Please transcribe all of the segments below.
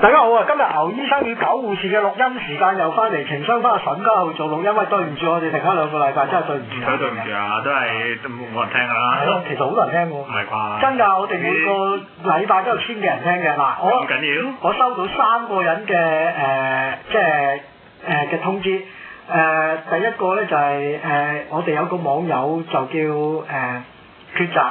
大家好啊！今日牛醫生與狗護士嘅錄音時間又翻嚟，情商翻阿沈家去做錄音，喂，對唔住我哋停咗兩個禮拜，真係對唔住。佢對唔住啊，都係都冇人聽㗎啦。係咯，其實好多人聽唔喎。係啩？真㗎，我哋每個禮拜都有千幾人聽嘅嗱，我咁緊要？我收到三個人嘅誒、呃即係誒嘅通知。誒、第一個咧就係、誒、我哋有個網友就叫誒、抉擇。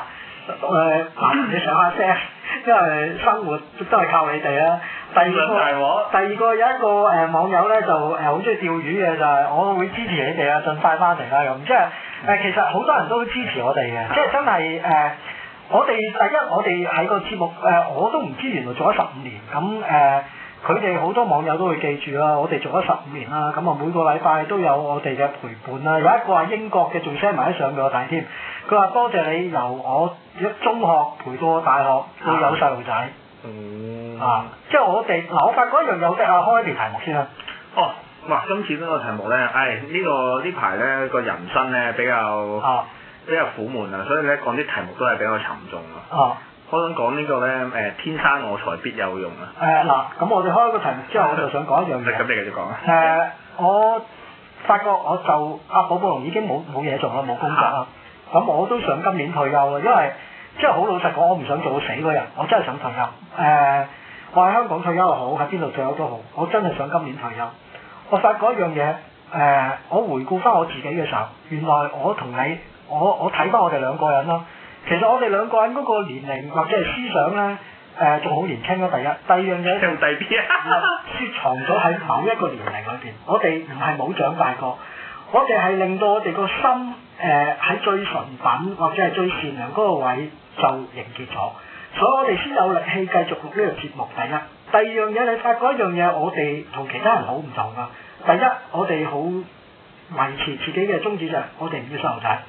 誒、嗱，你上下聲，因為生活都係靠你哋啦。第二咁個大鑊，第二個有一個誒、網友咧就誒好中意釣魚嘅，就係、我會支持你哋啊，盡快翻嚟啦咁。即係誒、其實好多人都支持我哋嘅，即係真係誒。我哋第一，我哋喺個節目誒、我都唔知原來做咗十五年，咁誒佢哋好多網友都會記住啊啦。我哋做咗十五年啦，咁啊每個禮拜都有我哋嘅陪伴啦。有一個係英國嘅，仲 send 埋啲相俾我睇添。佢話多謝你由我中學陪到我大學，到有細路仔嗯啊！即係我哋嗱，我發覺一樣有的啊，開一條題目先啦。哦，哇！今次呢個題目咧，唉，呢個呢排咧個人生咧比較啊比較苦悶啊，所以咧講啲題目都係比較沉重啊。啊我想講呢個咧誒，天生我材必有用啊。誒嗱，咁我哋開個題目之後，我就想講一樣咁嘢。你繼續講啊。誒、呃我發覺我就阿寶寶龍已經冇冇嘢做啦，冇工作啦。咁我都想今年退休啦，因為即係好老實講，我唔想做個死嗰人，我真係想退休。誒、呃我喺香港退休又好，喺邊度退休都好，我真係想今年退休。我發覺一樣嘢，誒、呃我回顧翻我自己嘅時候，原來我同你，我我睇翻我哋兩個人啦。其實我哋兩個人嗰個年齡或者係思想咧，誒仲好年輕啊啦。第一，第二樣嘢。用第二啲啊。雪藏咗喺某一個年齡裏邊，我哋唔係冇長大過，我哋係令到我哋個心誒喺、最純品或者係最善良嗰個位就凝結咗，所以我哋先有力氣繼續錄呢個節目。第一，第二樣嘢你發覺一樣嘢，我哋同其他人好唔同噶。第一，我哋好維持自己嘅宗旨就係我哋唔要細路仔。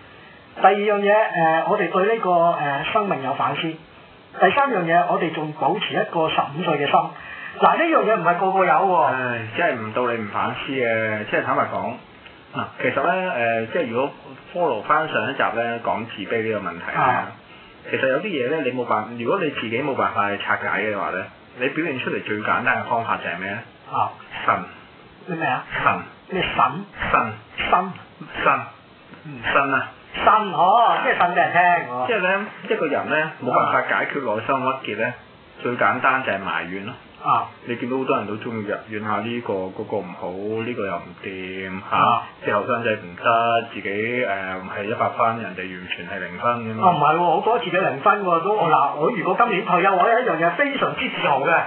第二樣嘢誒、呃我哋對呢、個誒、生命有反思。第三樣嘢，我哋仲保持一個十五歲嘅心。嗱，呢樣嘢唔係個個有喎。唉，即係唔到你唔反思嘅，即係坦白講，嗱，其實咧誒、即係如果 follow 翻上一集咧講自卑呢個問題咧啊，其實有啲嘢咧你冇辦，如果你自己冇辦法去拆解嘅話咧，你表現出嚟最簡單嘅方法就係咩咧？啊，神咩咩啊？神咩神神神神神啊！神哦，即係神俾人聽即喎。係咧一個人咧冇辦法解決內心鬱結咧，最簡單就係埋怨咯。啊你見到好多人都中意入院下呢、個嗰、個唔好，呢、個又唔掂嚇啊，即係後生仔唔得，自己誒係一百分，人哋完全係零分咁啊唔嘛。係喎，我覺得自己零分喎都。嗱，我如果今年退休，我有一樣嘢非常之自豪嘅。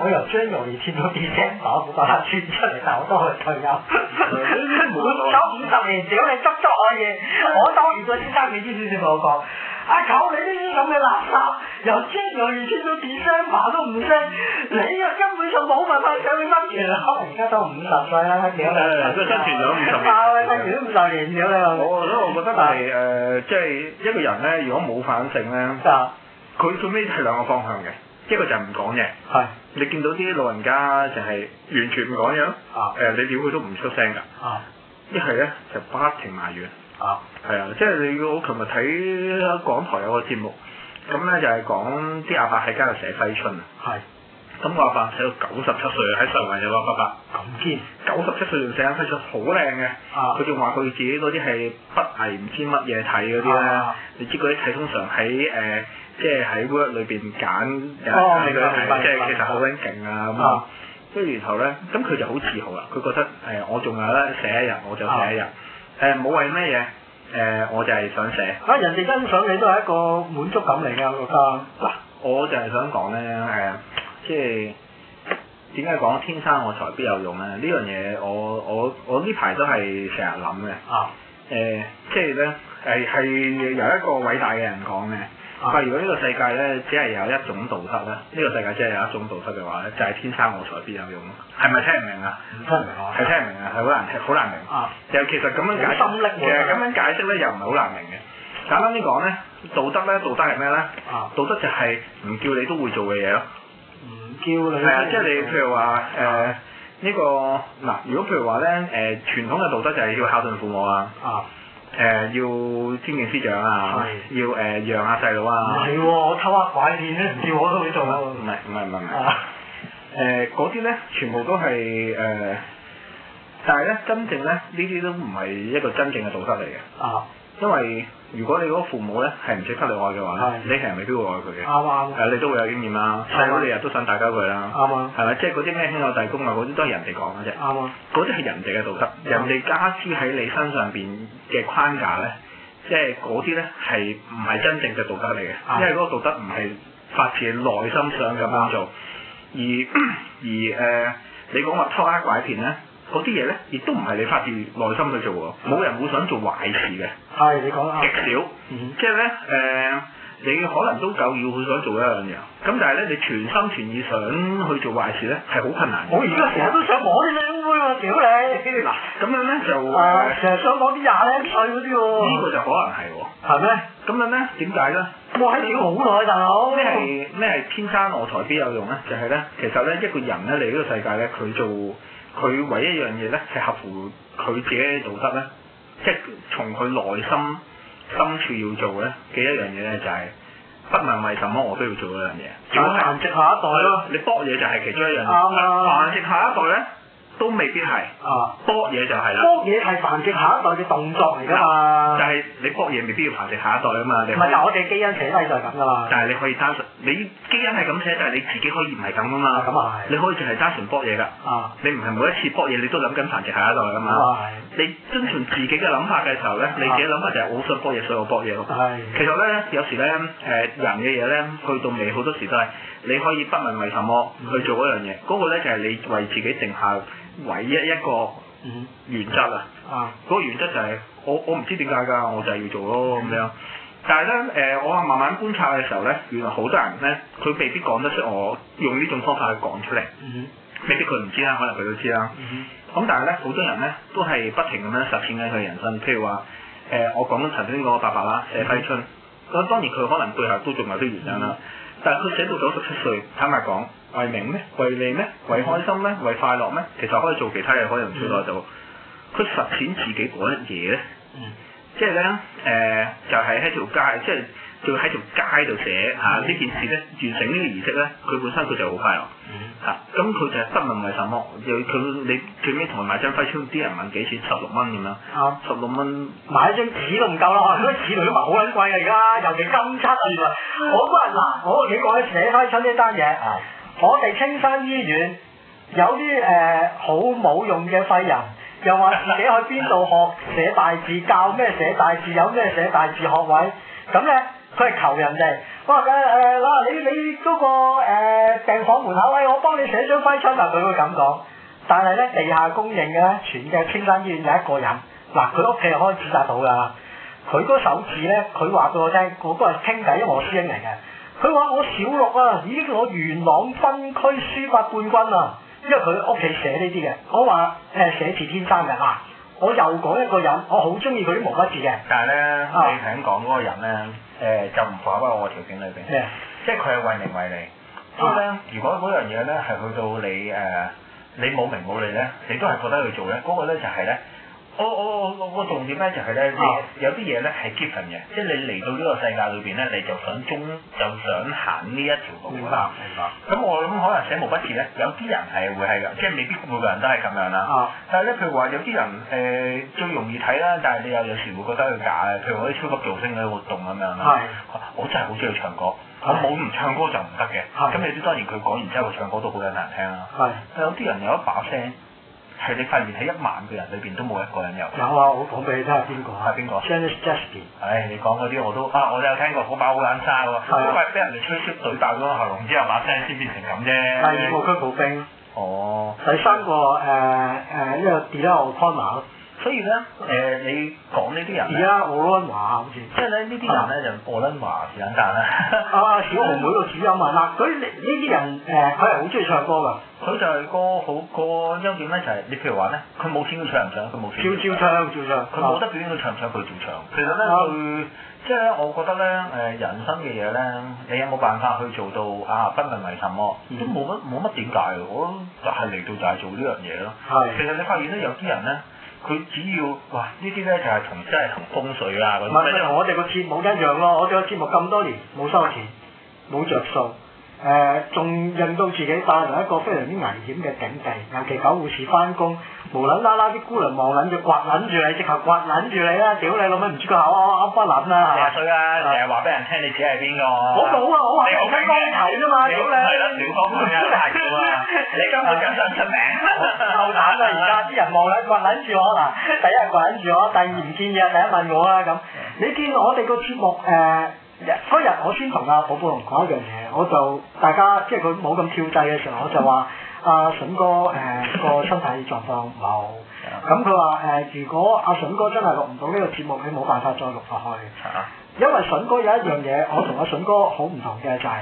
我由 January 跳到 December，冇辦法轉出嚟，但我都去退休。滿咗五十年，屌你執足我嘢！我當然個先生幾知先同我講。阿舅，你呢啲咁嘅垃圾，由 January 穿到 December 都唔升，你啊根本就冇辦法上去生存啦！哦而家都五十歲啦，屌你！誒都生存咗50年啊喂生存咗五十年，屌你老味！我所以我覺得係誒、即係一個人咧，如果冇反省咧，就佢最尾係兩個方向嘅，一個就係唔講嘢。係你見到啲老人家就係完全唔講嘢咯，啊誒、你屌佢都唔出聲㗎，啊一係咧就不停埋怨。啊係啊，即係你我琴日睇港台有個節目，咁咧就係講啲阿伯喺街度寫揮春啊。係咁個阿伯寫到九十七歲，喺上環有個阿伯，咁堅九十七歲仲寫緊揮春，好靚嘅。啊佢仲話佢自己嗰啲係不藝唔知乜嘢體嗰啲咧啊，你知嗰啲體通常喺誒即係喺 Word 裏邊揀哦揀嗰明白明啲白體，即明白係其實好撚勁啊咁啊啊。跟住然後咧，咁佢就好自豪啦，佢覺得誒、呃我仲有得寫一日，我就寫一啊日，誒冇、為咩嘢，誒、呃我就係想寫。啊！人哋欣賞你都係一個滿足感嚟㗎，我覺得。嗱，我就係想講咧，誒、即係點解講天生我材必有用咧？呢樣嘢我我我呢排都係成日諗嘅，誒、呃啊即係咧係係由一個偉大嘅人講嘅。啊話如果呢個世界咧只係有一種道德咧，呢、個世界只係有一種道德嘅話咧，就係、天生我材必有用咯。係咪聽唔明啊？唔真係我係聽唔明啊，係好難聽，好難明。啊又其實咁樣解好釋心力喎其實咁樣解釋咧又唔係好難明嘅。簡單啲講咧，道德咧，道德係咩咧？啊！道德就係唔叫你都會做嘅嘢咯。唔叫你。係啊，即係你譬如話誒呢個嗱，如果譬如話咧誒傳統嘅道德就係要孝順父母啊，啊！誒、要尊敬師長啊，係要誒、讓下細佬唔啊，嗯係喎，我偷呃拐騙咧，唔叫我都會做啦。唔係唔係唔係唔係啊！誒、誒嗰啲咧，全部都係誒、但係咧真正咧呢啲都唔係一個真正嘅道德嚟嘅，啊，因為如果你嗰個父母咧係唔識得你愛嘅話係咧，你係未必會愛佢嘅。啱啊啱啊誒，你都會有經驗啦，啱啊細佬你日都想打交佢啦，啱啊係咪？即係嗰啲咩兄友弟恭啊，嗰啲都係人哋講嘅啫，啱啊，嗰啲係人哋嘅道啱德，人哋加諸喺你身上邊嘅框架咧，即係嗰啲咧係唔係真正嘅道德嚟啱嘅，因為嗰個道德唔係發自內心想咁樣做，而而誒、呃你講話偷呃拐騙咧，嗰啲嘢咧亦都唔係你發自內心去做喎，冇人會想做壞事嘅。係你講得啱，極少，嗯即係咧誒，你可能都夠要佢想做一樣嘢，咁但係咧你全心全意想去做壞事咧係好困難嘅。我而家成日都想摸啲靚妹喎，屌你！嗱咁樣咧就呃誒啊，成日想摸啲廿零歲嗰啲呢個喎，就可能係喎。係咩？咁樣咧點解咧？我喺屌好耐，大佬。咩係咩係天生我材必有用咧？就係、咧，其實咧一個人咧嚟呢個世界咧，佢做佢唯一一樣嘢咧係合乎佢自己嘅道德咧，即係從佢內心深處要做咧嘅一樣嘢咧，就係、不問為什麼我都要做嗰樣嘢。如果係繁殖下一代咯係咯，。你搏嘢就係其中一樣嘢。啱啊繁殖下一代咧，都未必係啊，搏嘢就哦係啦。剝嘢係繁殖下一代嘅動作嚟㗎嘛。但係你搏嘢未必要繁殖下一代啊嘛，你啊唔可係，以但係我哋基因寫低就係咁㗎嘛。但係你可以單純，你基因係咁寫，但係你自己可以唔係咁噶嘛。咁啊係你可以就係單純搏嘢噶，啊，你唔係每一次搏嘢你都諗緊繁殖下一代噶咁嘛。啊你遵從自己嘅諗法嘅時候咧，你自己諗法就係我想搏嘢，所以我搏嘢咯。係其實咧，有時咧，誒、人嘅嘢咧，去到尾好多時都係你可以不問為什麼去做嗰樣嘢，嗰、個咧就係你為自己定下唯一一個嗯原則啊。啊嗰個原則就係、我我唔知點解㗎，我就係要做咯咁樣。但係咧誒，我慢慢觀察嘅時候咧，原來好多人咧，佢未必講得出我用呢種方法去講出嚟，嗯未必佢唔知啦，啊可能佢都知啦。嗯咁但係咧，好多人咧都係不停咁樣實踐緊佢嘅人生。譬如話誒、我講緊頭先嗰個伯伯啦，寫揮春。咁當然佢可能背後都仲有啲原因啦。但係佢寫到九十七歲，坦白講，為名咩？為利咩？為開心咩？為快樂咩？其實可以做其他嘢，可以唔取代到。佢實踐自己嗰一嘢咧，嗯即係咧誒，就係喺條街，即係佢喺條街度寫嚇呢件事咧，完成呢個儀式咧，佢本身佢就好快樂。嗯嚇，啊咁佢就係不問為什麼，佢佢你最尾同佢買張揮春，啲人問幾錢？十六蚊咁樣，啱。十六蚊啊買張紙都唔夠啦，我嗰啲紙類都唔係好撚貴啊！而家，尤其金漆啊，原來我嗰日嗱，我同你講起寫揮春呢單嘢，我哋青山醫院有啲誒、呃好冇用嘅廢人，又話自己去邊度學寫大字，教咩寫大字，有咩寫大字學位，咁咧佢係求人哋。哇誒誒嗱，你你嗰、個、呃、病房門口，喂，我幫你寫張揮春啊！佢會咁講，但係咧地下供應嘅咧，全嘅青山醫院有一個人，嗱佢屋企係開紙紮鋪㗎。佢嗰手指咧，佢話俾我聽，我嗰日傾偈，因為我師兄嚟嘅。佢話我小六啊，已經攞元朗分區書法冠軍啦，因為佢屋企寫呢啲嘅。我話誒寫字天生嘅嗱，我又講一個人，我好中意佢啲毛筆字嘅但係咧，啊你肯講嗰個人咧，誒、就唔符合喺我嘅條件裏邊，咩即係佢係為名為利。啊所以咧，如果嗰樣嘢咧係去到你誒、你冇名冇利咧，你都係覺得去做咧，嗰、個咧就係哦咧，我我我我個重點咧就係咧，啊你有啲嘢咧係 given 嘅，即係你嚟到呢個世界裏邊咧，你就想中就想行呢一條路啊明㗎白嘛。明白咁我諗可能寫毛筆字咧，有啲人係會係咁，即係未必每個人都係咁樣啦。啊但係咧，譬如話有啲人誒、最容易睇啦，但係你又有時會覺得佢假嘅，譬如話啲超級造星嘅活動咁樣啦係。啊我真係好中意唱歌，我冇唔唱歌就唔得嘅。係咁你都當然佢講完之後，佢唱歌都好有難聽啦。係但有啲人有一把聲，係你發現喺一萬個人裏邊都冇一個人有。有啊，我講俾你聽係邊個啊？係邊個 j a n i c e Justin。唉，你講嗰啲我都啊，我都有聽過，嗰把好撚沙喎，係啊因為俾人哋吹簫懟爆咗個喉嚨之後，把聲先變成咁第二個啫。區步兵，哦。第三個誒誒呢個 d i l o Connor 所以咧，誒、你講呢啲人 d 呢 i l o Connor 好似。即係咧呢啲人咧就我撚話是撚但啦，啊！小紅妹個主音啊，嗱，佢呢呢啲人誒，佢係好中意唱歌㗎，佢就係個好個優點咧就係你譬如話咧，佢冇錢佢唱唔唱，佢冇錢照照唱，照唱。佢冇得表演佢唱唔唱佢照唱。其實咧啊佢即係咧，我覺得咧誒、人生嘅嘢咧，你有冇辦法去做到啊不問為什麼，嗯都冇乜冇乜點解嘅，我就係嚟到就係做呢樣嘢咯。係其實你發現咧有啲人咧。佢只要哇呢啲咧就係同真係同風水啊嗰唔啲係咧同我哋個節目一樣咯，我哋個節目咁多年冇收錢，冇着數，誒，仲、令到自己帶來一個非常之危險嘅境地，尤其狗護士翻工，無撚啦啦啲姑娘望撚住，刮撚住你，直頭刮撚住你啦，屌你老味唔知佢口噏噏不撚啦廿嚇！歲啦，成日話俾人聽你自己係邊個？我冇啊，我話你好我聽光頭啫嘛，屌你！係啦，小方妹啊，大叫啊！你根本就想出名，夠膽啦！而家啲人望撚刮撚住我 嗱，第一係刮撚住我，第二唔見嘢，第一問我啊啦咁。你見我哋個節目誒呃嗰日，我先同阿寶寶龍講一樣嘢，我就大家即係佢冇咁跳掣嘅時候，我就話阿筍哥誒個、身體狀況唔好。咁佢話誒，如果阿筍哥真係錄唔到呢個節目，佢冇辦法再錄落去。啊因為筍哥有一樣嘢，我同阿筍哥好唔同嘅就係、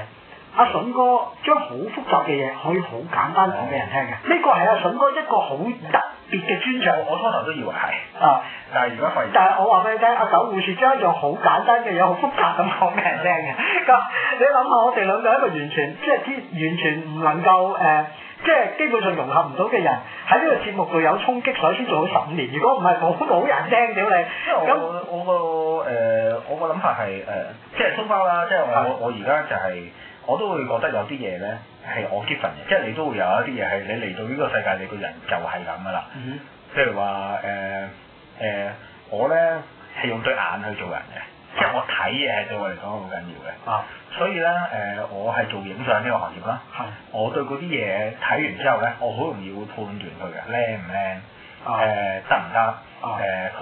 阿筍哥將好複雜嘅嘢可以好簡單講俾人聽嘅，呢個係阿筍哥一個好特別嘅專就長我初頭都以為係，啊！但係而家發現但係我話俾你聽，阿九護士將一樣好簡單嘅嘢好複雜咁講俾人聽嘅。 咁你諗下，我哋兩個係一個完全即係啲完全唔能夠誒、呃即係基本上融合唔到嘅人，喺呢個節目度有衝擊，所以先做咗十五年。如果唔係冇冇人聽屌因為你，咁我我個誒我個諗法係誒，呃即係鬆包啦，即係啊我我而家就係我都會覺得有啲嘢咧係我 given 嘅，即係你都會有一啲嘢係你嚟到呢個世界，你個人就係咁噶啦。嗯譬如話誒誒，我咧係用對眼去做人嘅，即係我睇嘢係對我嚟講好緊要嘅。啊所以咧誒、我係做影相呢個行業啦。係我對嗰啲嘢睇完之後咧，我好容易會判斷佢嘅靚唔靚，誒啊得唔得，啊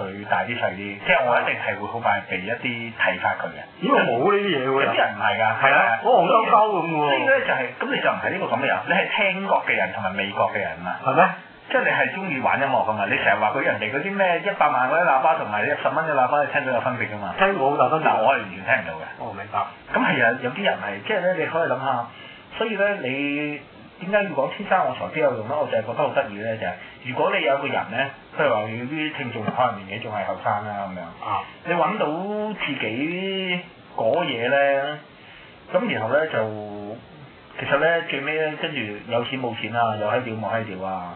誒佢大啲細啲，即係我一定係會好快俾一啲睇法佢嘅。咦我冇呢啲嘢有喎又啲。人唔係㗎，係啊，我戇鳩鳩咁所以喎，咧就係、咁你就唔係呢個咁嘅人，你係聽覺嘅人同埋味覺嘅人啊。係咩？即係你係中意玩音樂㗎嘛？你成日話佢人哋嗰啲咩一百萬嗰啲喇叭同埋一十蚊嘅喇叭，你聽到有分別㗎嘛？聽我老豆分但打我係完全聽唔到嘅。我明白。咁係啊，有啲人係即係咧，你可以諗下，所以咧你點解要講天生我才必有用咧？我就係覺得好得意咧，就係、如果你有個人咧，譬如話有啲聽眾可能年紀仲係後生啦咁樣，啊你揾到自己嗰嘢咧，咁然後咧就其實咧最尾咧跟住有錢冇錢啊，有閪屌冇閪屌啊，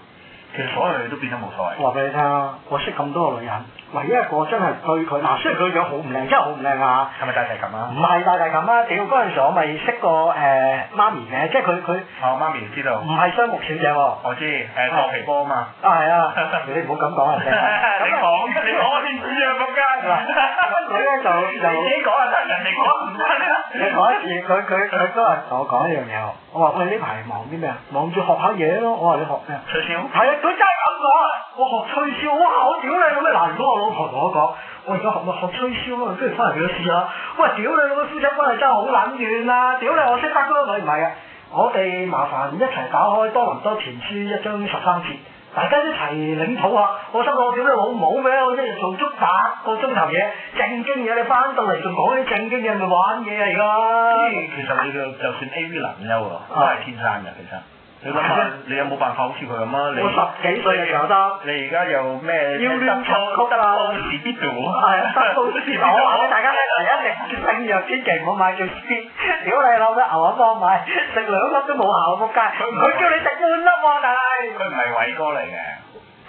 其實所有嘢都變得冇所謂。我話俾你聽啊，我識咁多個女人，唯一一個真係對佢嗱，雖然佢樣好唔靚，真係好唔靚啊！係咪大係唔咁啊？係大大咁啊！屌嗰陣時我咪識個誒、呃媽咪嘅，即係佢佢我哦媽咪知道唔，係雙目小姐喎。我知誒落皮波啊嘛。啊係啊，你唔好咁講啊！ 你咁啊講嘅，你講我先知啊，仆街！嗱咁佢咧就就你自己講啊，得人哋講唔得啦。你講一次，佢佢佢嗰日同我講一樣嘢喎，我話喂呢排忙啲咩啊？忙住學下嘢咯，我話你學咩啊？取消。係啊，佢真係咁講啊！我學吹簫，哇！我屌你咁樣！嗱，如果我老婆同我講，我而家學咪學吹簫咯，不如翻嚟俾佢試下。喂，屌你老母夫妻關係真係好撚遠啦！屌你，我識得嗰個女唔係啊！我哋麻煩一齊打開多倫多前書一章十三節，大家一齊領土啊！我心諗我屌你老母咩？我一日做足八個鐘頭嘢，正經嘢你翻到嚟仲講啲正經嘢，咪玩嘢嚟㗎！其實你嘅就算 A.V. 男優啊，都係天生嘅其實。你諗係下啊，你有冇辦法好似佢咁啊？你我十幾歲嘅時候得。你而家有咩？要亂作曲啊得時必做。係啊，得到時我話俾大家聽，第一隻聖藥千祈唔好買叫 C，屌你老母牛腩幫買，食兩粒都冇效，仆街！佢叫你食半粒喎，但係佢唔係偉哥嚟嘅。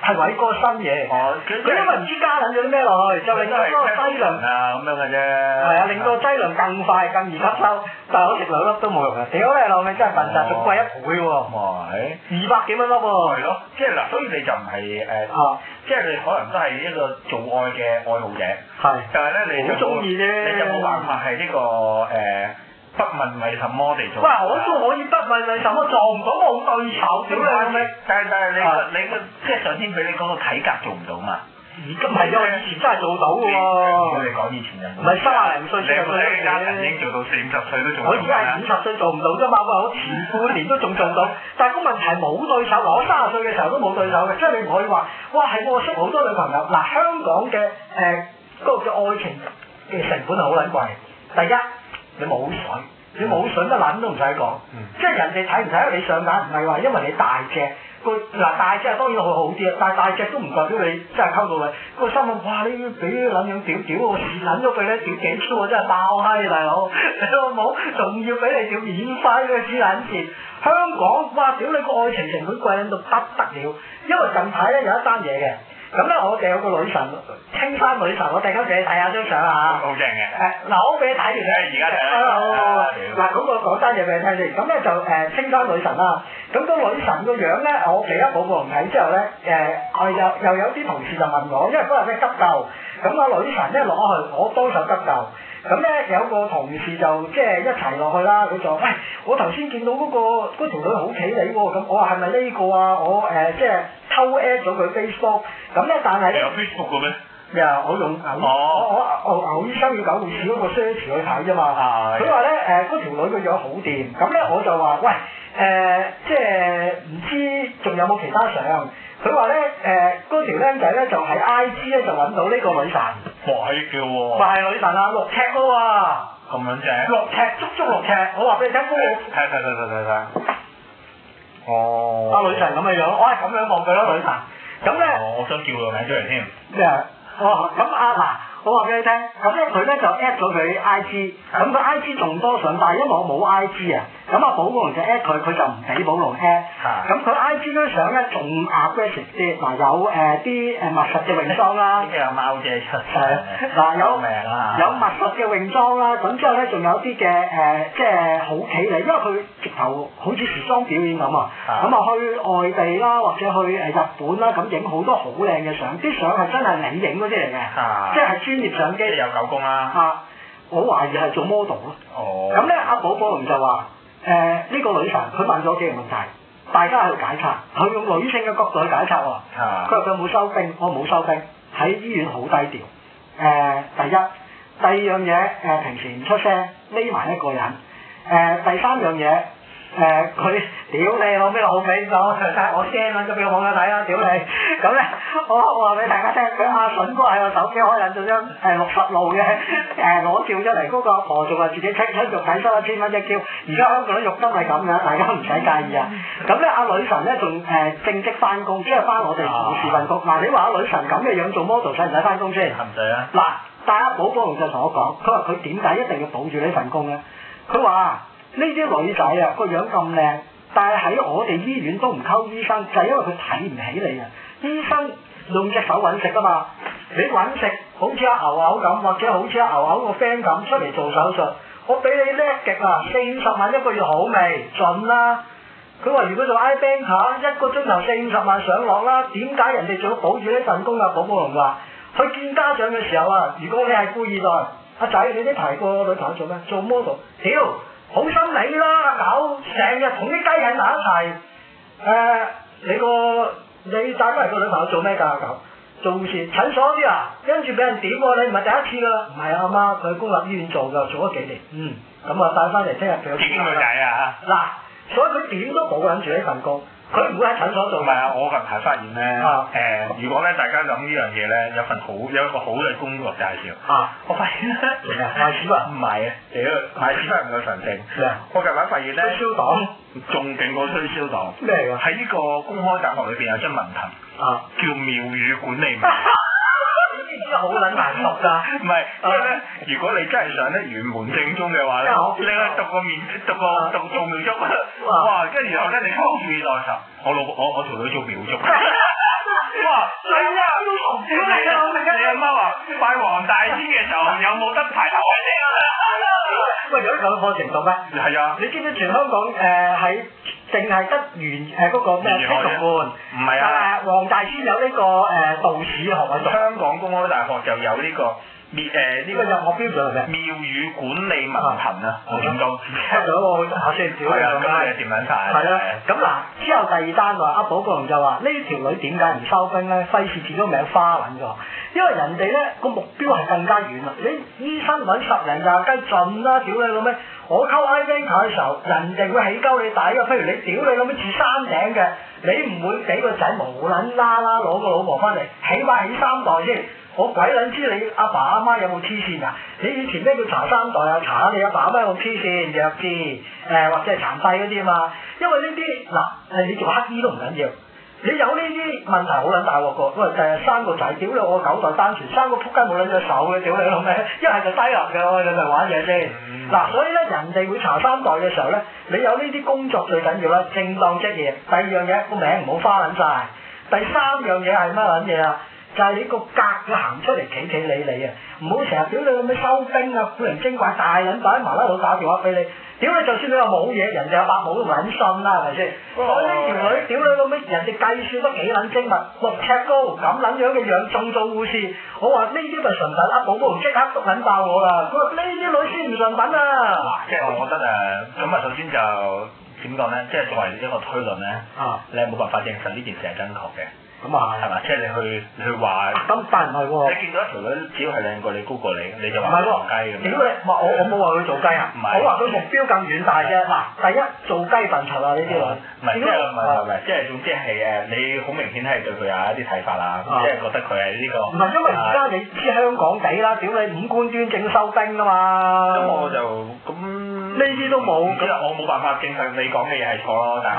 係偉哥新嘢嚟嘅，哦，佢佢因為唔知加撚咗啲咩落去，就令到嗰個劑量啊咁樣嘅啫。係係啊，令到劑量更快、更易吸收，但係我食兩粒都冇用嘅，屌你老味真係笨蛋，仲貴一倍喎，咪二百幾蚊粒喎係，咯，即係嗱，所以你就唔係誒，啊即係你可能都係一個做愛嘅愛好者。係，但係咧，你就冇好中意啫你就冇辦法係呢、個誒不問為什麼地做。喂，我都可以不問為什麼撞唔到我對手，屌點你老味！但係但係你啊個你個即係上天俾你嗰個體格做唔到嘛？而家唔係啊，我以前真係做到嘅我喎。哋講以前人，唔係三廿零歲你四十個歲體格已經做到四五十歲都做我到而家係啦五。十歲做唔到啫嘛，喂，我前半年都仲做到，但係個問題係冇對手，我三十歲嘅時候都冇對手嘅，即係你唔可以話，哇係我識好多女朋友，嗱香港嘅誒嗰個叫愛情嘅成本係好撚貴，第一你冇水，你冇水乜撚都唔使講，嗯即係人哋睇唔睇得你上眼，唔係話因為你大隻。個嗱大隻當然會好啲啊，但係大隻都唔代表你真係溝到你。個心諗哇，你俾啲撚樣屌屌我屎撚咗佢咧，屌幾粗我真係爆閪大佬，你老母仲要俾你屌免費嘅屎撚線。香港哇，屌你個愛情成本貴撚到不得了，因為近排咧有一單嘢嘅，咁咧，我哋有個女神，青山女神，我突然間俾你睇下張相啊！好正嘅。誒嗱，我俾你睇完誒而家睇啦啊好好好啊嗱，嗰個講單嘢俾你聽先。咁咧就誒青山女神啦。咁個女神個樣咧，我俾咗寶寶睇之後咧，誒我又又有啲同事就問我，因為嗰日咧急救，咁個女神咧落咗去，我幫手急救。咁咧有個同事就即係一齊落去啦，佢就喂我頭先見到嗰、個嗰條女好企理喎，咁我話係咪呢個啊？我誒、即係偷 at 咗佢 Facebook，咁咧但係你咧有。Facebook 嘅咩？呀！我用牛，啊我我牛醫生要搞護士嗰個 search 去睇啫嘛。佢話咧誒嗰條女個樣好掂，咁咧我就話喂誒、即係唔知仲有冇其他相？佢話咧誒嗰條僆仔咧就喺 IG 咧就揾到呢個女神，哇，係嘅喎，話係女神啊，六尺高啊，咁樣正。六尺足足六尺，我話俾你聽高我睇睇睇睇睇睇。哦。阿女神咁嘅樣，我係咁樣望佢咯女神。咁咧。哦我想叫佢個名出嚟添。咩啊？哦，咁啊嗱，我話俾你聽，咁咧佢咧就 at 咗佢 IG，咁佢 IG 仲多上，但係因為我冇 IG 啊，咁啊寶龍就 at 佢，佢就唔俾寶龍 at，啊咁佢 IG 張相咧仲 aggressive 啲，嗱有誒啲呃誒密實嘅泳裝啦。有貓姐出啊係啊嗱有命啦有密實嘅泳裝啦，咁之後咧仲有啲嘅誒，即係好企理，因為佢直頭好似時裝表演咁啊，啊咁啊去外地啦，或者去誒日本啦，咁影好多好靚嘅相，啲相係真係你影嗰啲嚟嘅，啊即係專業相即係機有狗公啦。啊！我懷疑係做 model 咯。哦咁咧，阿寶寶龍就話：誒呢個女神，佢問咗幾個問題，大家去解拆，佢用女性嘅角度去解拆喎。佢啊話佢冇收兵，我冇收兵，喺醫院好低調。誒、第一，第二樣嘢誒、呃平時唔出聲，匿埋一個人。誒、第三樣嘢誒佢屌你老味好俾講，我 send 撚咗俾網友睇啊啦，屌你！咁咧，我我話俾大家聽，佢阿筍哥喺我手機開撚咗張誒呃六十路嘅誒裸照出嚟，嗰、個阿婆仲話自己清親肉體收一千蚊一 Q，而家香港啲肉金係咁樣，大家唔使介意啊！咁咧，阿女神咧仲誒正式翻工，即係翻我哋同事份工。嗱，你話阿女神咁嘅樣做 model 使唔使翻工先？唔使啊。嗱，但阿寶寶龍就同我講，佢話佢點解一定要保住呢份工咧？佢話呢啲女仔啊個樣咁靚，但係喺我哋醫院都唔溝醫生，就係因為佢睇唔起你啊！醫生用隻手揾食㗎嘛，你揾食好似阿牛牛咁，或者好似阿牛牛個 friend 咁出嚟做手術，我俾你叻極啦，四五十萬一個月好未？盡啦！佢話：如果做 I banker，一個鐘頭四五十萬上落啦，點解人哋仲要保住呢份工啊？寶寶龍話：佢見家長嘅時候啊，如果你係富二代，阿仔你呢排個女朋友做咩？做 model，屌好心你啦，阿狗成日同啲雞喺埋一齊。誒、你個你帶翻嚟個女朋友做咩㗎？阿狗做護士診所啲啊，跟住俾人點喎，你唔係第一次㗎啦。唔係啊，阿媽佢喺公立醫院做㗎，做咗幾年。嗯，咁啊帶翻嚟聽日佢有點女仔啊？嗱，所以佢點都保緊住呢份工，佢唔會喺診所做同埋啊，我近排發現咧，啊誒，如果咧大家諗呢樣嘢咧，有份好有一個好嘅工作介紹。啊，我發現咧，咩啊賣屎忽唔係啊，屌賣屎忽唔夠神聖。咩啊我近排發現咧，推銷黨仲勁過推銷黨。咩嚟㗎？喺呢個公開大學裏邊有張文憑，啊， 叫廟宇管理文。呢啲真係好撚難讀㗎。唔係，因為咧，如果你真係想咧玄門正宗嘅話咧因為我，你去讀個面讀啊個讀做廟祝，哇哇！跟住然後咧，你拋住內心，我老婆我我條女做啊廟祝， 係啊，哇！都同你阿你阿媽話拜黃大仙嘅時候有冇得排頭位喂，有啲咁嘅課程讀咩？先？係啊，你知唔知全香港誒喺淨係得原呃誒嗰個咩原碧來嘅龍門？唔係啊，誒黃大仙有呢個誒道士學位讀，香港公開大學就有呢個廟誒呢呢個個入學標準嚟嘅。廟宇管理文憑啊，我點夠知？出咗 我下先屌係你啊，兩咁間你。就掂撚晒。係啊啦，咁嗱之後第二單話阿寶寶龍就話呢條女點解唔收兵咧？費事自己個名花撚咗，因為人哋咧個目標係更加遠啊！你醫生揾十零廿雞盡啦，屌你老味！我溝 I v a n 嘅時候，人哋會起鳩你底㗎。譬如你屌你老味住山頂嘅，你唔會俾個仔無撚啦啦攞個老婆翻嚟，起碼起三代先。我鬼撚知你阿爸阿媽有冇黐線啊！你以前咩叫查三代啊？查下你阿爸阿媽有冇黐線、弱智、誒、或者係殘廢嗰啲啊嘛。因為呢啲嗱誒，你做乞衣都唔緊要，你有呢啲問題好撚大鑊個。喂，第日生個仔，屌你我九代單傳，生個撲街冇撚隻手嘅，屌你老味！ 一係就低能嘅，喂，你咪玩嘢先。嗱、所以咧，人哋會查三代嘅時候咧，你有呢啲工作最緊要啦，正當職業。第二樣嘢個名唔好花撚晒。第三樣嘢係乜撚嘢啊？誒、就係你個格佢行出嚟企企理理啊！唔好成日屌你咁樣收兵啊，古靈精怪大撚把麻甩佬打電話俾你，屌你就算你話冇嘢，人哋阿伯母都唔撚信啦，係咪先？哦所以呢條女屌你老味，人哋計算得幾撚精密，六尺高咁撚樣嘅樣，仲做護士，我話呢啲咪純品阿寶寶即刻篤撚爆我啦！佢話呢啲女先唔純品啊！嗱，即係我覺得誒，咁啊，首先就點講咧？即係作為一個推論咧，啊，你係冇辦法證實呢件事係真確嘅，咁啊係嘛？即係你去你去話，咁但唔係喎，你見到一條女只要係靚過你、高過你，你就哦唔話係佢喎，戇雞屌你咁樣。，唔係我我冇話佢做雞啊，唔係我話佢目標咁遠大啫。嗱，第一做雞笨柒啊呢啲哦女，唔係，即係唔係唔係，即係總之係誒，你好明顯係對佢有一啲睇法啦，啊即係覺得佢係呢個。唔係因為而啊家你知香港地啦，屌你五官端正收兵啊嘛。咁我就咁呢啲都冇啊咁我冇辦法證實你講嘅嘢係錯咯，但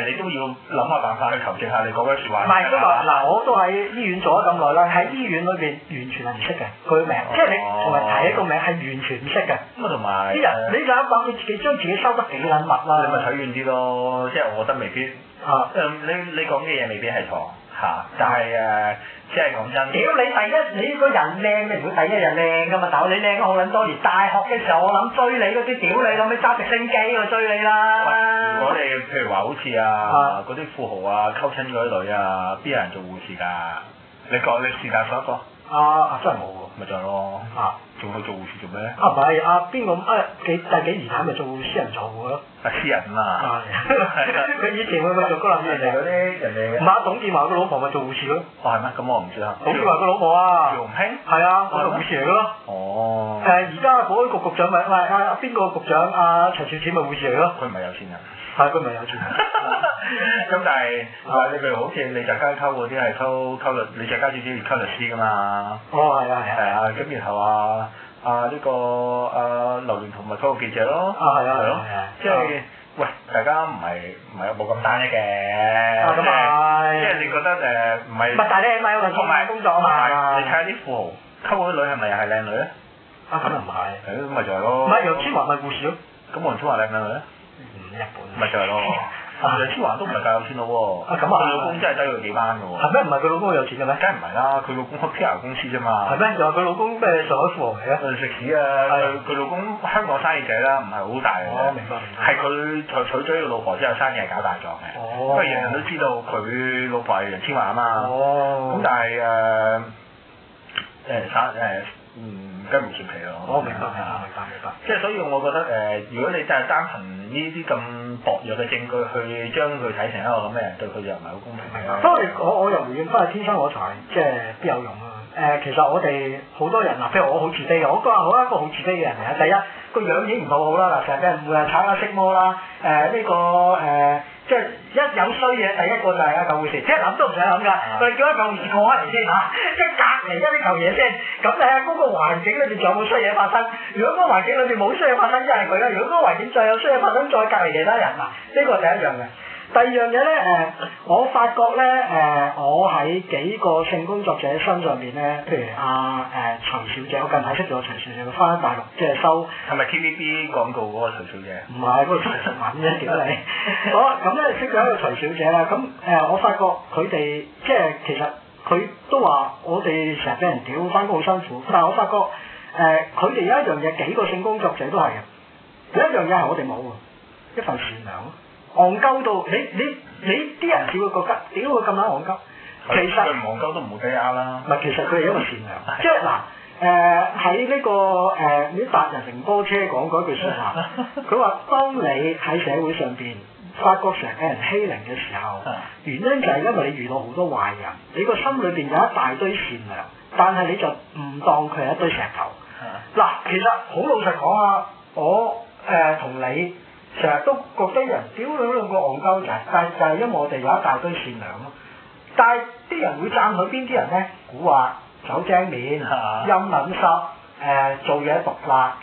係誒你都要諗下辦法去求證下你講嘅説話。唔係，因為啊嗱，我都喺醫院做咗咁耐啦，喺醫院裏邊完全係唔識嘅佢名，哦即係你同埋提一個名係完全唔識嘅。咁啊，同埋啲人你諗諗，你自己將自己收得幾撚密你咪啦。睇遠啲咯，即係我覺得未必誒啊！你你講嘅嘢未必係錯嚇，但係誒即係講真屌。你第一，你個人靚，你唔會第一日靚噶嘛，大佬你靚咗好撚多年。大學嘅時候，我諗追你嗰啲，屌你諗起揸直升機去追你喂如果啦。你譬如話好似啊啊嗰啲富豪啊溝親嗰啲女啊，邊有人做護士㗎？你講你是但想一個，啊啊，真係冇冇喎，咪就係咯，喎。啊仲去做護士做咩咧？啊唔係啊，邊個啊幾第幾年咪做私人做嘅咯？啊私人啊。 啊， 佢以前會唔會做高咁林人院哋嗰嚟？啲人唔哋係啊，董建華個老婆咪做護士咯。哦係咩？咁我唔知啦。董建華個老婆啊趙，紅興。係啊，我做護士嚟嘅咯。哦誒，。而家保安局局長咪唔係啊邊個局長啊陳肇始咪護士嚟咯？佢唔 係有錢人。係佢咪有 做？咁但係，但係你譬如好似李澤楷溝嗰啲係溝溝律，李澤楷最主要溝律師噶嘛。哦，係啊，係係啊。啊，咁然後啊啊呢個啊劉聯同埋溝個記者咯。啊係啊係咯係啊，即係喂，大家唔係唔係冇咁單一啊嘅。咁係即係你覺得誒唔係唔係，但係你起碼有份同埋工作啊嘛。你睇下啲富豪溝嗰啲女係咪又係靚女咧？啊，咁又唔係。係咯，咪就係咯。唔係楊千嬅咪護士咯？咁黃千華靚唔靚女咧？啊唔日本。咪 就係咯。楊千嬅都唔係夠有錢佬喎。啊咁啊佢老公真係低佢幾班嘅喎。係咩？唔係佢老公有錢嘅咩？梗係唔係啦，佢老公開 PR 公司啫嘛啊係。咩？又話佢老公咩上海富豪嚟嘅？佢食屎啊！係佢佢老公香港生意仔啦，唔係好大嘅。哦明白明白係佢娶娶咗個老婆之後，生意係搞大咗嘅。哦不過人人都知道佢老婆係楊千嬅啊嘛。哦咁。但係誒誒生誒嗯雞毛蒜皮咯。我哦明白，明白，明白，明白。即係所以，我覺得誒、呃如果你真係單憑呢啲咁薄弱嘅證據去將佢睇成一個咁嘅人，對佢又唔係啊好公平嘅。不過你我我又回應翻去天生我材，即係必有用啊！誒、其實我哋好多人嗱，譬如我好自卑嘅，我覺得我係一個好自卑嘅人嚟嘅。第一個樣已經唔夠好啦，嗱，成日俾人會啊踩下色魔啦，誒、呢、個誒、即係一有衰嘢，第一個就係阿舊護士，即係諗都唔使諗㗎，佢叫一舊護士過嚟先嚇， 即係隔離一啲舊嘢先。咁你喺嗰個環境裏邊仲有冇衰嘢發生？如果嗰個環境裏邊冇衰嘢發生，即係佢啦；如果嗰個環境再有衰嘢發生，再隔離其他人嗱，呢個第一樣嘅。第二樣嘢咧，誒、我發覺咧，誒、我喺幾個性工作者身上邊咧，譬如阿誒徐小姐，我近排識咗徐小姐，佢翻大陸即係收，唔係咪 TVB 廣告嗰個徐小姐？係嗰個徐淑敏啫，屌你！好啦，咁咧識咗一個徐小姐啦，咁誒、我發覺佢哋即係其實佢都話我哋成日俾人屌，翻工好辛苦，但係我發覺誒佢哋有一樣嘢，幾個性工作者都係嘅，有一樣嘢係我哋冇嘅。一份善良咯，戇鳩到你你你啲人只會覺得屌佢咁撚戇鳩，其佢佢實唔戇鳩都唔會俾呃啦唔。係其實佢係因為善良，即係嗱誒喺呢個誒啲達人乘波車講嗰句説話，佢話當你喺社會上邊發覺成日俾人欺凌嘅時候，原因就係因為你遇到好多壞人，你個心裏邊有一大堆善良，但係你就唔當佢係一堆石頭。啊嗱，其實好老實講啊，我誒同、你成日都覺得人屌你兩個戇鳩仔，但係就係因為我哋有一大堆善良咯。但係啲人會讚佢邊啲人咧？古惑、走精面、啊陰撚濕、誒、做嘢毒辣，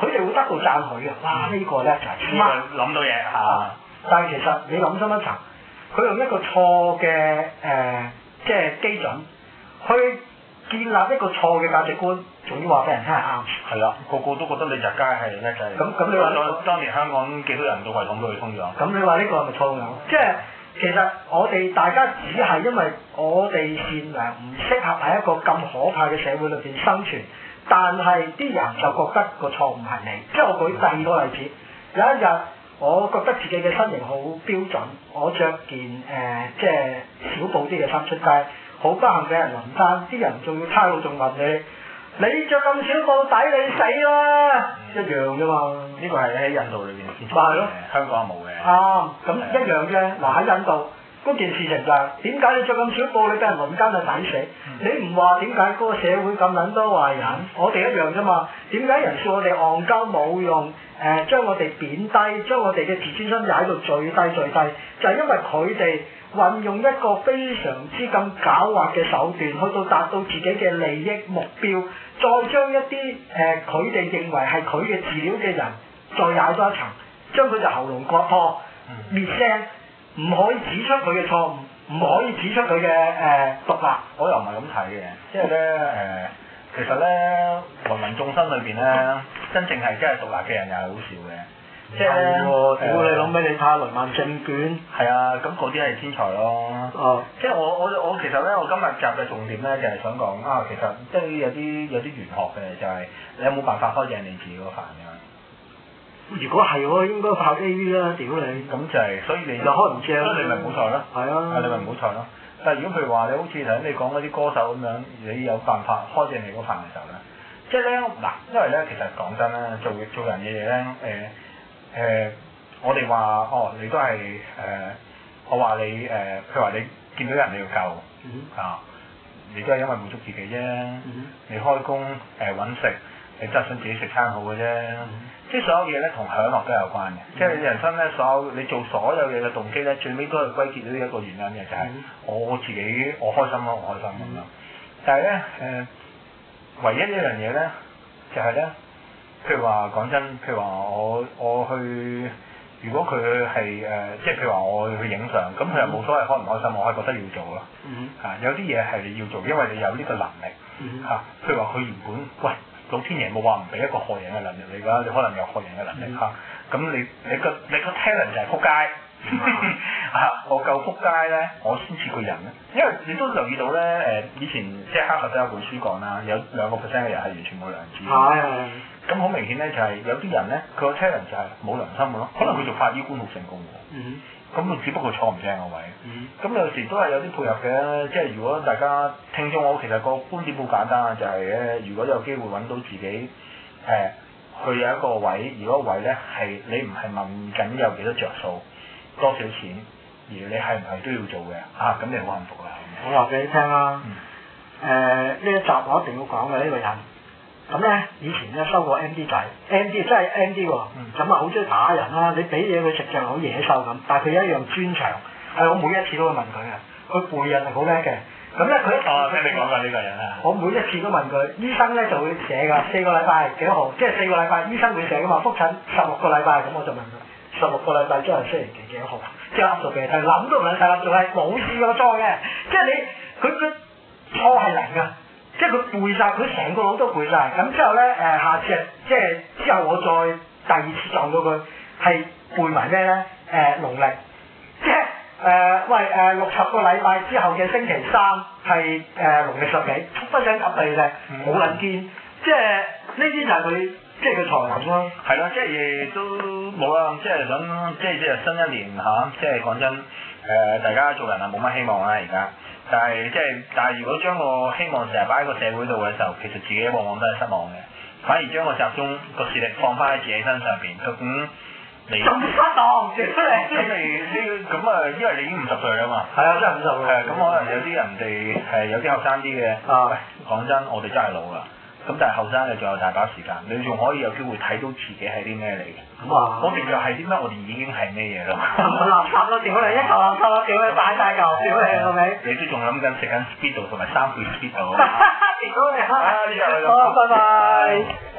佢哋會得到讚許嘅。哇！嗯呢、個咧就係啊呢個諗到嘢啊嚇。但係其實你諗深一層，佢用一個錯嘅誒、呃即係基準去建立一個錯嘅價值觀，仲要話俾人聽係啱。係啦，個個都覺得李澤楷係叻仔。咁咁你話當當年香港幾多人都圍統俾佢通咗？咁你話呢個係咪錯誤？即係其實我哋大家只係因為我哋善良，唔適合喺一個咁可怕嘅社會裏邊生存。但係啲人就覺得個錯誤係你。即係我舉第二個例子，有一日我覺得自己嘅身形好標準，我着件誒、呃即係小布啲嘅衫出街，好不幸俾人淋單，啲人仲要差佬仲問你：你着咁小布底你死啦！一樣啫嘛。呢個係喺印度裏邊先出咪係嘅咯，啊香港冇嘅。啱，咁一樣啫。嗱喺印度嗰件事情就係點解你着咁少布，你俾人輪奸就抵死？嗯你唔話點解嗰個社會咁撚多壞人？我哋一樣啫嘛。點解人笑我哋戇鳩冇用？誒、將我哋貶低，將我哋嘅自尊心踩到最低最低，就係、因為佢哋運用一個非常之咁狡猾嘅手段，去到達到自己嘅利益目標，再將一啲誒佢哋認為係佢嘅資料嘅人，再踩多一層。將佢就喉嚨割破，嗯滅聲，唔可以指出佢嘅錯誤，唔可以指出佢嘅誒獨立。我又唔係咁睇嘅，即係咧誒，其實咧芸芸眾生裏邊咧，真正係真係獨立嘅人又係好少嘅，即係咧誒尾你睇下雷曼證券，係啊，咁嗰啲係天才咯。哦，即係我我我其實咧，我今日集嘅重點咧就係想講啊，其實即係有啲有啲玄學嘅，就係、你有冇辦法開正你自己個飯㗎？如果係我應該拍 A V 啦，屌你，咁就係、所以你就開唔正啦所以你咪唔好彩咯。係啊你咪唔好彩咯。但係如果譬如話你好似頭先你講嗰啲歌手咁樣，你有辦法開正你個飯嘅時候咧，即係咧嗱，因為咧其實講真啦，做做人嘅嘢咧，誒、誒、我哋話哦，你都係誒、我話你誒、譬如話你見到人你要救。嗯啊，你都係因為滿足自己啫。嗯你開工誒揾食，你真係想自己食餐好嘅啫。即係所有嘢咧，同享樂都有關嘅。即係你人生咧，所有你做所有嘢嘅動機咧，最尾都係歸結到一個原因嘅，就係、嗯我自己我開心咯，我開心咁樣。但係咧誒，唯一一樣嘢咧，就係、咧，譬如話講真，譬如話我我去。如果佢係誒，即係譬如話我去影相，咁佢又冇所謂開唔開心，我係覺得要做咯。嗯啊，有啲嘢係你要做，因為你有呢個能力嗯嚇、啊譬如話佢原本，喂，老天爺冇話唔俾一個害人嘅能力你㗎，你可能有害人嘅能力嗯嚇。啊咁、你你個你個 talent 就係撲街。 啊！我夠撲街咧，我先似個人咧，因為你都留意到咧，誒、以前即係黑客都有本書講啦，有兩個 percent 嘅人係完全冇良知嘅。係係咁好明顯咧，就係、有啲人咧，佢個 talent 就係冇良心嘅咯。可能佢做法醫官好成功嘅喎。嗯咁佢只不過坐唔正個位。嗯咁有時都係有啲配合嘅，即係如果大家聽眾我其實個觀點好簡單嘅，就係、咧，如果有機會揾到自己誒、去有一個位，而嗰個位咧係你唔係問緊有幾多着數，多少錢，而你係唔係都要做嘅啊？咁你好幸福啦。我話俾你聽啦嗯，誒呢一集我一定要講嘅呢個人。咁咧，以前咧收過 M D 仔，M D 真係 M D 喎，嗯咁啊好中意打人啦，你俾嘢佢食就好野獸咁，但係佢有一樣專長，係我每一次都會問佢嘅，佢背人係好叻嘅，咁咧佢過呢個人啊。我每一次都問佢，醫生咧就會寫㗎，四個禮拜幾多號，即係四個禮拜醫生會寫㗎嘛，覆診十六個禮拜，咁我就問佢十六個禮拜即係星期幾幾多號，即係噏到俾你睇，諗都唔撚曬啦，仲係冇試過錯嘅，即係你佢佢錯係零㗎。即係佢背晒，佢成個腦都背晒。咁之後咧，誒、下次啊即係之後我再第二次撞到佢，係背埋咩咧？誒、農曆，即係誒、喂誒、六十個禮拜之後嘅星期三係誒、農曆十幾，不想及你嘅，好撚堅。即係呢啲就係佢即係佢才能咯。係啦，即係都冇啦，即係想，即係即係新一年嚇、即係講真，誒、大家做人啊冇乜希望啦而家，但係即係但係如果將個希望成日擺喺個社會度嘅時候，其實自己往往都係失望嘅，反而將個集中個視力放翻喺自己身上邊，究竟你仲失當，屌咁你！你呢咁啊，因為你已經五十歲啦嘛。係啊，真係五十係喎。咁可能有啲人哋係有啲後生啲嘅，啊喂，講真，我哋真係老啦。咁但係後生你仲有大把時間，你仲可以有機會睇到自己係啲咩嚟嘅。咁啊，我哋就係點解我哋已經係咩嘢啦嘛？垃圾咯，屌你！一嚿垃圾咯，屌你！擺晒嚿，屌你老味！你都仲諗緊食緊 speedo 同埋三倍 speedo 屌你！啊呢個係我嘅好，拜拜。